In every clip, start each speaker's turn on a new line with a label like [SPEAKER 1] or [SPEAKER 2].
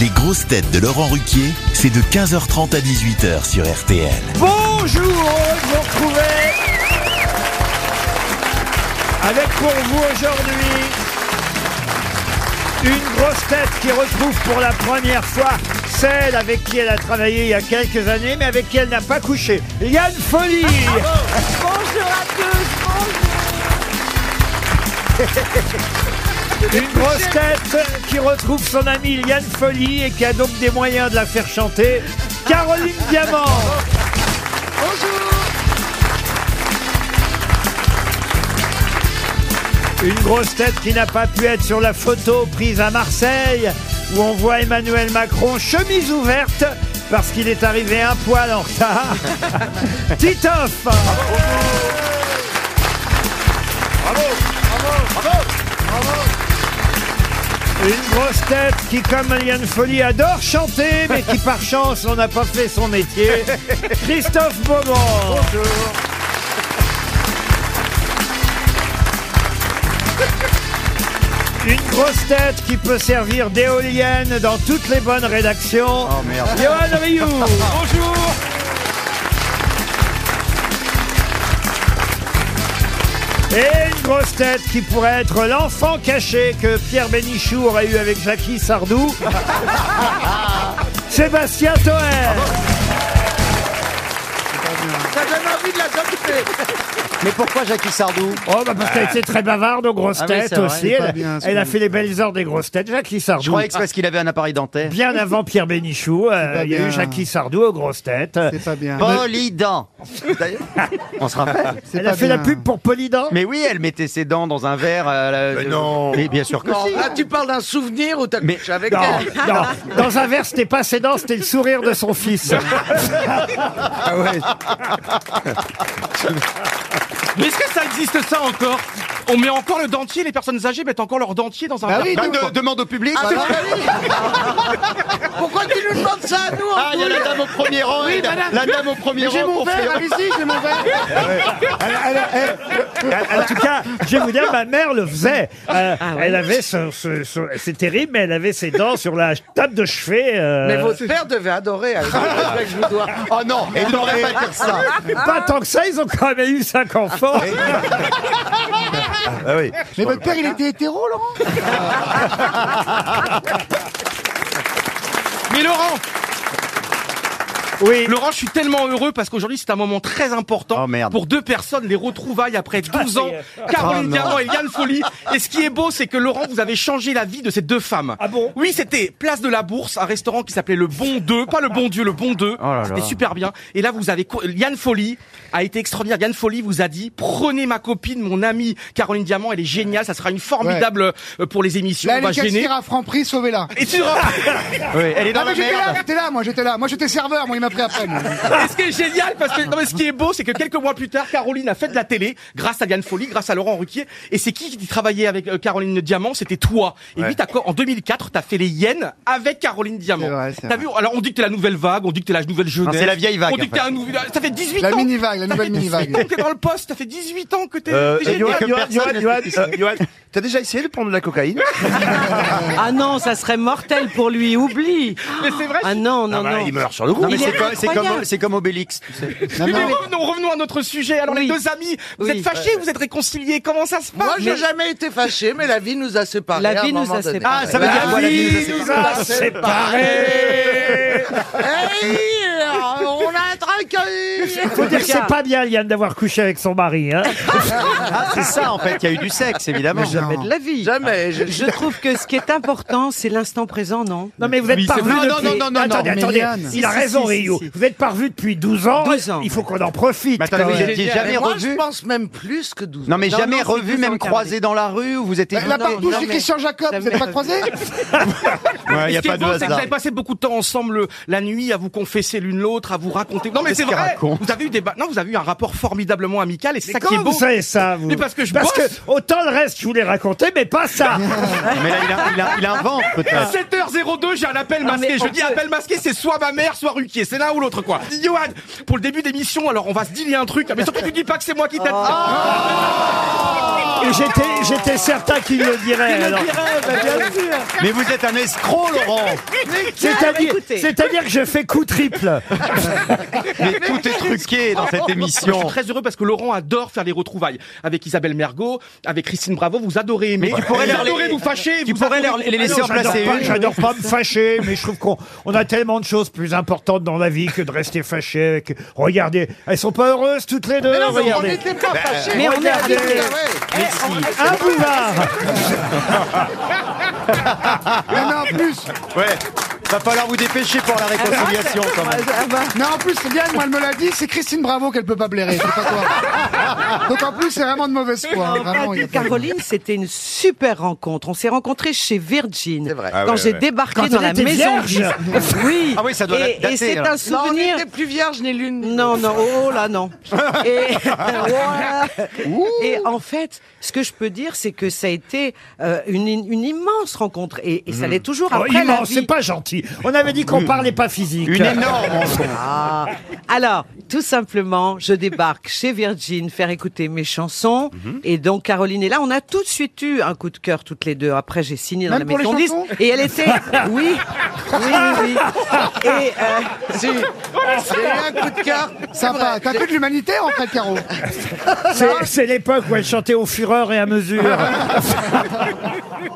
[SPEAKER 1] Les grosses têtes de Laurent Ruquier, c'est de 15h30 à 18h sur RTL.
[SPEAKER 2] Bonjour, heureux de vous retrouver avec pour vous aujourd'hui une grosse tête qui retrouve pour la première fois celle avec qui elle a travaillé il y a quelques années, mais avec qui elle n'a pas couché. Yann Folie
[SPEAKER 3] Bonjour à tous,
[SPEAKER 2] Une grosse tête qui retrouve son amie Liane Folly et qui a donc des moyens de la faire chanter. Caroline Diamant Une grosse tête qui n'a pas pu être sur la photo prise à Marseille où on voit Emmanuel Macron chemise ouverte parce qu'il est arrivé un poil en retard. Titoff Une grosse tête qui, comme Liane Folie, adore chanter, mais qui, par chance, n'en a pas fait son métier. Christophe Beaumont. Bonjour. Une grosse tête qui peut servir d'éolienne dans toutes les bonnes rédactions. Oh merde. Johan Rioux. Bonjour. Et une grosse tête qui pourrait être l'enfant caché que Pierre Bénichou aurait eu avec Jackie Sardou. Sébastien
[SPEAKER 4] Ah
[SPEAKER 2] Toer.
[SPEAKER 3] ça donne envie de la adopter.
[SPEAKER 4] Mais pourquoi Jackie Sardou
[SPEAKER 2] Oh, bah parce qu'elle était très bavarde aux grosses
[SPEAKER 4] Ah oui,
[SPEAKER 2] têtes
[SPEAKER 4] c'est vrai,
[SPEAKER 2] aussi.
[SPEAKER 4] elle est pas
[SPEAKER 2] Elle,
[SPEAKER 4] bien,
[SPEAKER 2] elle
[SPEAKER 4] c'est
[SPEAKER 2] a
[SPEAKER 4] bon.
[SPEAKER 2] fait les belles heures des grosses têtes. Jackie
[SPEAKER 4] Je
[SPEAKER 2] Sardou.
[SPEAKER 4] croyais que c'est parce qu'il avait un appareil dentaire.
[SPEAKER 2] Bien avant Pierre Bénichou, euh,
[SPEAKER 5] pas
[SPEAKER 2] il y a eu
[SPEAKER 5] bien.
[SPEAKER 2] Jackie Sardou aux grosses têtes.
[SPEAKER 5] C'est pas bien.
[SPEAKER 4] Polydent D'ailleurs, On se rappelle
[SPEAKER 5] C'est
[SPEAKER 2] Elle a
[SPEAKER 5] pas
[SPEAKER 2] fait
[SPEAKER 5] bien.
[SPEAKER 2] la pub pour Polydent.
[SPEAKER 4] Mais oui, elle mettait ses dents dans un verre. euh, là,
[SPEAKER 6] Mais
[SPEAKER 4] euh,
[SPEAKER 6] non.
[SPEAKER 4] Mais bien sûr que si
[SPEAKER 3] Là, Ah, tu parles d'un souvenir ou t'as
[SPEAKER 4] Mais-
[SPEAKER 3] couché avec
[SPEAKER 2] Non,
[SPEAKER 3] elle
[SPEAKER 2] non. Dans un verre, c'était pas ses dents, c'était le sourire de son fils.
[SPEAKER 7] Mais est-ce que ça existe ça encore On met encore le dentier, les personnes âgées mettent encore leur dentier dans un
[SPEAKER 5] Ah
[SPEAKER 7] verre.
[SPEAKER 4] Bah, de- Demande au public
[SPEAKER 3] Ah,
[SPEAKER 4] voilà.
[SPEAKER 3] bah Pourquoi tu nous demandes ça à nous en
[SPEAKER 4] Ah, il y a
[SPEAKER 3] plus
[SPEAKER 4] la dame au premier rang elle, La dame au premier rang pour
[SPEAKER 5] Ah,
[SPEAKER 4] faire-
[SPEAKER 2] en tout cas, je vais vous dire, ma mère le faisait. Euh, Elle avait ce, ce- ce- c'est terrible, mais elle avait ses dents sur la table de chevet. euh,
[SPEAKER 3] Mais votre père devait adorer. avec le respect que je vous dois.
[SPEAKER 4] Oh non, elle devrait pas dire ça
[SPEAKER 2] Pas tant que ça, ils ont quand même eu cinq enfants.
[SPEAKER 3] Ah,
[SPEAKER 5] Mais votre père, il était hétéro, Laurent
[SPEAKER 7] Mais Laurent,
[SPEAKER 2] Oui.
[SPEAKER 7] Laurent, je suis tellement heureux parce qu'aujourd'hui c'est un moment très important
[SPEAKER 4] Oh, merde. Ah,
[SPEAKER 7] pour deux personnes, les retrouvailles après 12 ans,
[SPEAKER 4] Oh,
[SPEAKER 7] Caroline Diamant et Yann Folly. Et ce qui est beau, c'est que Laurent, vous avez changé la vie de ces deux femmes.
[SPEAKER 2] Ah bon
[SPEAKER 7] Oui, c'était place de la Bourse, un restaurant qui s'appelait le Bon 2, pas le Bon Dieu, le Bon 2.
[SPEAKER 4] Oh là là.
[SPEAKER 7] C'était super bien. Et là, vous avez co- Yann Folly a été extraordinaire. Yann Folly vous a dit prenez ma copine, mon amie Caroline Diamant, elle est géniale, ça sera une formidable euh, pour les émissions.
[SPEAKER 4] Bah,
[SPEAKER 5] Là,
[SPEAKER 7] on va
[SPEAKER 5] les
[SPEAKER 7] gêner.
[SPEAKER 5] casquettes à Franprix, sauvez-la.
[SPEAKER 7] Et tu auras-
[SPEAKER 4] Oui, Elle est
[SPEAKER 5] Ah,
[SPEAKER 4] dans
[SPEAKER 5] mais
[SPEAKER 4] la
[SPEAKER 5] j'étais là,
[SPEAKER 4] merde
[SPEAKER 5] j'étais là, moi, j'étais là. Moi, j'étais serveur, moi, il m'a pris après. moi.
[SPEAKER 7] Et ce qui est génial, parce que non, mais ce qui est beau, c'est que quelques mois plus tard, Caroline a fait de la télé grâce à Liane Folly, grâce à Laurent Ruquier. Et c'est qui qui travaillait avec euh, Caroline Diamant C'était toi. Et puis, t'as co- en 2004, t'as fait les Yens avec Caroline Diamant.
[SPEAKER 5] C'est vrai, c'est
[SPEAKER 7] T'as vu Alors, on dit que t'es la nouvelle vague, on dit que t'es la nouvelle jeunesse.
[SPEAKER 4] Non, c'est la vieille vague,
[SPEAKER 7] On dit que
[SPEAKER 4] en
[SPEAKER 7] t'es
[SPEAKER 4] fait.
[SPEAKER 7] un nouvel. Ça fait 18
[SPEAKER 5] La
[SPEAKER 7] ans.
[SPEAKER 5] mini-vague, la
[SPEAKER 7] ça fait
[SPEAKER 5] nouvelle
[SPEAKER 7] 18
[SPEAKER 5] mini-vague.
[SPEAKER 7] ans que t'es dans le poste. Ça fait 18 ans que t'es.
[SPEAKER 6] Euh,
[SPEAKER 7] t'es
[SPEAKER 6] euh, Johan,
[SPEAKER 7] génial.
[SPEAKER 4] que
[SPEAKER 6] Johan,
[SPEAKER 4] personne
[SPEAKER 6] Johan,
[SPEAKER 4] ne
[SPEAKER 6] Johan,
[SPEAKER 4] puisse-
[SPEAKER 6] euh, Johan, t'as déjà essayé de prendre de la cocaïne
[SPEAKER 8] Ah non, ça serait mortel pour lui, oublie
[SPEAKER 7] Mais c'est vrai.
[SPEAKER 8] Ah non, non,
[SPEAKER 6] Ah bah,
[SPEAKER 8] non.
[SPEAKER 6] Il meurt sur le coup.
[SPEAKER 4] Non mais
[SPEAKER 8] Il est
[SPEAKER 4] c'est comme, c'est
[SPEAKER 8] incroyable.
[SPEAKER 4] comme- c'est comme Obélix tu sais.
[SPEAKER 5] Non,
[SPEAKER 7] Mais
[SPEAKER 5] non, mais-
[SPEAKER 7] revenons, revenons à notre sujet. Alors, les
[SPEAKER 8] Oui.
[SPEAKER 7] deux amis, vous
[SPEAKER 8] Oui.
[SPEAKER 7] êtes fâchés, vous êtes réconciliés. Comment ça se passe
[SPEAKER 3] Moi, j'ai
[SPEAKER 7] Mais-
[SPEAKER 3] jamais été fâché, mais la vie nous a séparés.
[SPEAKER 8] La
[SPEAKER 3] à un
[SPEAKER 8] vie nous
[SPEAKER 3] moment
[SPEAKER 8] a
[SPEAKER 3] donné.
[SPEAKER 8] séparés.
[SPEAKER 4] Ah ça veut dire quoi la vie nous a
[SPEAKER 2] Ah,
[SPEAKER 4] séparés
[SPEAKER 2] c'est pareil.
[SPEAKER 3] Hey, Eh euh, on a traqué.
[SPEAKER 2] Faut dire que c'est pas bien, Liane, d'avoir couché avec son mari. hein.
[SPEAKER 4] Ah c'est ça en fait, il y a eu du sexe évidemment
[SPEAKER 8] Jamais de la vie.
[SPEAKER 3] Jamais. je-
[SPEAKER 8] Je trouve que ce qui est important, c'est l'instant présent, non
[SPEAKER 2] Non, mais vous êtes parvenu
[SPEAKER 4] vrai. Non,
[SPEAKER 2] depuis...
[SPEAKER 4] non, non, non,
[SPEAKER 2] attendez,
[SPEAKER 5] non, mais
[SPEAKER 2] attendez.
[SPEAKER 5] Liane.
[SPEAKER 2] Il a
[SPEAKER 8] Si, si,
[SPEAKER 2] raison,
[SPEAKER 8] si, si,
[SPEAKER 2] Rio.
[SPEAKER 8] si.
[SPEAKER 2] Vous êtes parvenu depuis 12 ans.
[SPEAKER 8] 12 ans,
[SPEAKER 2] Il faut qu'on en profite.
[SPEAKER 4] Mais attendez,
[SPEAKER 2] quand
[SPEAKER 4] vous
[SPEAKER 2] même.
[SPEAKER 4] étiez jamais
[SPEAKER 3] Mais moi, je
[SPEAKER 4] revu
[SPEAKER 3] pense même plus que 12 ans.
[SPEAKER 4] Non mais
[SPEAKER 8] Non,
[SPEAKER 4] jamais
[SPEAKER 8] non, c'est
[SPEAKER 4] revu,
[SPEAKER 8] tous
[SPEAKER 4] même
[SPEAKER 8] encadrés.
[SPEAKER 4] croisé dans la rue ou vous étiez
[SPEAKER 5] La
[SPEAKER 8] non,
[SPEAKER 5] partouche,
[SPEAKER 8] non,
[SPEAKER 5] c'est
[SPEAKER 8] mais-
[SPEAKER 5] Christian Jacob,
[SPEAKER 8] Ça
[SPEAKER 5] vous n'êtes
[SPEAKER 8] me-
[SPEAKER 5] pas croisés
[SPEAKER 4] Ouais,
[SPEAKER 7] Il
[SPEAKER 4] y
[SPEAKER 7] Ah, y a pas de hasard. Vous avez passé beaucoup de temps ensemble euh, la nuit à vous confesser l'une l'autre, à vous raconter. Non mais
[SPEAKER 4] Qu'est-ce
[SPEAKER 7] c'est
[SPEAKER 4] qu'elle
[SPEAKER 7] vrai.
[SPEAKER 4] raconte
[SPEAKER 7] Vous avez eu des ba- non, vous avez eu un rapport formidablement amical et c'est ça qui est
[SPEAKER 2] Comment
[SPEAKER 7] beau.
[SPEAKER 2] vous savez ça, vous
[SPEAKER 7] Mais parce que je
[SPEAKER 2] Parce
[SPEAKER 7] bosse.
[SPEAKER 2] que autant le reste, je voulais raconter, mais pas ça.
[SPEAKER 4] Mais là, il, a- il a- il invente
[SPEAKER 7] Et à
[SPEAKER 4] peut-être.
[SPEAKER 7] 7h02, j'ai un appel masqué. Je dis appel masqué, c'est soit ma mère, soit Ruquier. C'est l'un ou l'autre, quoi. Johan, Ah,
[SPEAKER 4] Ah.
[SPEAKER 7] pour le début d'émission, alors on va se dire un truc. Mais surtout, tu dis pas que c'est moi qui t'aide.
[SPEAKER 2] Et j'étais, j'étais certain qu'il le dirait.
[SPEAKER 7] Ah,
[SPEAKER 2] alors.
[SPEAKER 4] Ah, Mais vous êtes un escroc, Laurent
[SPEAKER 2] C'est-à-dire,
[SPEAKER 8] écoutez.
[SPEAKER 2] c'est-à-dire que je fais coup triple.
[SPEAKER 4] Mais tout est truqué dans cette
[SPEAKER 7] Je suis
[SPEAKER 4] émission.
[SPEAKER 7] très heureux parce que Laurent adore faire les retrouvailles avec Isabelle Mergot, avec Christine Bravo. Vous adorez aimer.
[SPEAKER 4] Mais tu pourrais
[SPEAKER 7] vous
[SPEAKER 4] leur
[SPEAKER 7] adorez
[SPEAKER 4] les-
[SPEAKER 7] vous fâcher.
[SPEAKER 4] tu
[SPEAKER 7] vous
[SPEAKER 4] pourrais
[SPEAKER 7] adorez-
[SPEAKER 4] leur- les laisser
[SPEAKER 7] Ah non,
[SPEAKER 4] en
[SPEAKER 7] j'adore
[SPEAKER 4] placer
[SPEAKER 7] pas.
[SPEAKER 2] J'adore pas,
[SPEAKER 4] une.
[SPEAKER 2] j'adore pas me fâcher, mais je trouve qu'on on a tellement de choses plus importantes dans la vie que de rester fâché. avec- Regardez, elles sont pas heureuses toutes les deux.
[SPEAKER 3] Mais non, mais on
[SPEAKER 2] regardez.
[SPEAKER 3] n'était pas fâchés.
[SPEAKER 8] Mais on est
[SPEAKER 3] Regardez.
[SPEAKER 8] arrivé.
[SPEAKER 3] Ah ouais.
[SPEAKER 2] Un boulevard.
[SPEAKER 5] Non, mais en plus,
[SPEAKER 4] Ouais. Va falloir vous dépêcher pour la réconciliation, quand même.
[SPEAKER 8] Ah bah,
[SPEAKER 5] non, en plus, Yann, moi, elle me l'a dit, c'est Christine Bravo qu'elle peut pas blairer, c'est pas toi. Donc en plus, c'est vraiment de mauvaise foi. hein, Vraiment, il y a pas-
[SPEAKER 8] Caroline, c'était une super rencontre. On s'est rencontrés chez Virgin.
[SPEAKER 3] C'est vrai.
[SPEAKER 8] Quand j'ai débarqué
[SPEAKER 2] Quand
[SPEAKER 8] dans
[SPEAKER 2] elle
[SPEAKER 8] la
[SPEAKER 2] était
[SPEAKER 8] maison.
[SPEAKER 2] vierge.
[SPEAKER 8] disque. oui.
[SPEAKER 4] Ah oui, ça doit
[SPEAKER 8] et,
[SPEAKER 4] dater,
[SPEAKER 8] et c'est
[SPEAKER 4] hein.
[SPEAKER 8] un
[SPEAKER 3] Non, on
[SPEAKER 8] souvenir.
[SPEAKER 3] n'était plus vierge ni l'une. ni
[SPEAKER 8] Non, non, oh, oh, là, non. Et, voilà. Et en fait, ce que je peux dire, c'est que ça a été euh, une, une immense rencontre. Et, et ça l'est toujours
[SPEAKER 2] Oh,
[SPEAKER 8] après la
[SPEAKER 2] immense,
[SPEAKER 8] vie.
[SPEAKER 2] c'est pas gentil. On avait dit qu'on parlait pas physique.
[SPEAKER 4] Mm. Une énorme
[SPEAKER 8] Ah. Alors, tout simplement, je débarque chez Virgin, faire écouter mes chansons.
[SPEAKER 5] Mhm.
[SPEAKER 8] Et donc, Caroline est là. On a tout de suite eu un coup de cœur toutes les deux. Après, j'ai signé dans
[SPEAKER 5] Même
[SPEAKER 8] la
[SPEAKER 5] pour les
[SPEAKER 8] maison de disque.
[SPEAKER 5] chansons
[SPEAKER 8] Et elle était, oui, oui, oui, oui. Et, euh,
[SPEAKER 3] l'autre. Si. J'ai eu un coup de cœur.
[SPEAKER 5] Sympa. T'as fait de l'humanitaire en fait, Caro.
[SPEAKER 2] C'est- C'est l'époque où elle chantait au fureur et à mesure.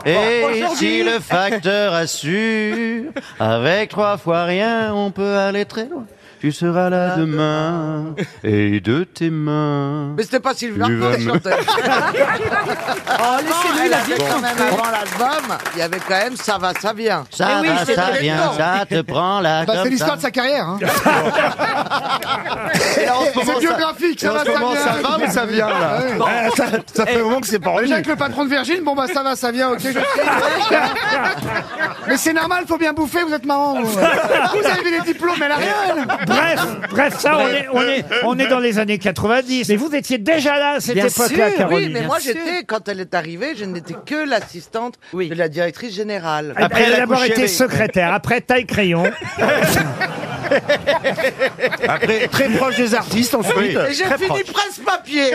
[SPEAKER 4] Et si le facteur assure, avec trois fois rien, on peut aller très loin. Tu seras là demain, et de tes mains.
[SPEAKER 3] Mais c'était pas Sylvain
[SPEAKER 4] Tu vas
[SPEAKER 3] qui
[SPEAKER 4] me-
[SPEAKER 3] chantait.
[SPEAKER 8] oh, laissez-lui
[SPEAKER 3] Elle
[SPEAKER 8] la vie
[SPEAKER 3] avait quand même, Eh
[SPEAKER 8] tranquille.
[SPEAKER 3] avant l'album, il y avait quand même Ça va, ça vient.
[SPEAKER 4] Ça
[SPEAKER 8] Mais oui,
[SPEAKER 4] va,
[SPEAKER 8] c'est
[SPEAKER 4] ça
[SPEAKER 8] vrai,
[SPEAKER 4] vient,
[SPEAKER 3] non.
[SPEAKER 4] ça te prend la
[SPEAKER 5] Bah, c'est
[SPEAKER 4] Ah, comme
[SPEAKER 5] l'histoire
[SPEAKER 4] ça.
[SPEAKER 5] de sa carrière. Hein.
[SPEAKER 4] Et là, en ce moment,
[SPEAKER 5] C'est
[SPEAKER 4] ça-
[SPEAKER 5] biographique, ça
[SPEAKER 4] et en ce
[SPEAKER 5] va, ça
[SPEAKER 4] moment,
[SPEAKER 5] vient.
[SPEAKER 4] ça va ou ça vient, là
[SPEAKER 5] Ah ouais.
[SPEAKER 6] Ah, ça, ça fait un moment que c'est pas revenu.
[SPEAKER 5] Déjà que le patron de Virgin, bon bah ça va, ça vient, ok, je sais. Mais c'est normal, faut bien bouffer, vous êtes marrant. Vous, vous avez des diplômes, elle a rien. elle.
[SPEAKER 2] bref, bref, ça, On, est, on, est, on est dans les années 90. Mais vous étiez déjà là à cette
[SPEAKER 8] Bien
[SPEAKER 2] époque-là,
[SPEAKER 8] sûr,
[SPEAKER 2] Caroline.
[SPEAKER 3] Oui, mais
[SPEAKER 8] bien
[SPEAKER 3] moi
[SPEAKER 8] sûr.
[SPEAKER 3] j'étais, quand elle est arrivée, je n'étais que l'assistante
[SPEAKER 8] Oui.
[SPEAKER 3] de la directrice générale.
[SPEAKER 2] Elle-
[SPEAKER 4] Après,
[SPEAKER 2] elle
[SPEAKER 4] elle
[SPEAKER 2] a
[SPEAKER 4] a
[SPEAKER 2] d'abord
[SPEAKER 4] couché
[SPEAKER 2] été
[SPEAKER 4] avec-
[SPEAKER 2] secrétaire, après taille crayon.
[SPEAKER 6] Après, très proche des artistes ensuite.
[SPEAKER 3] Et j'ai fini presse papier.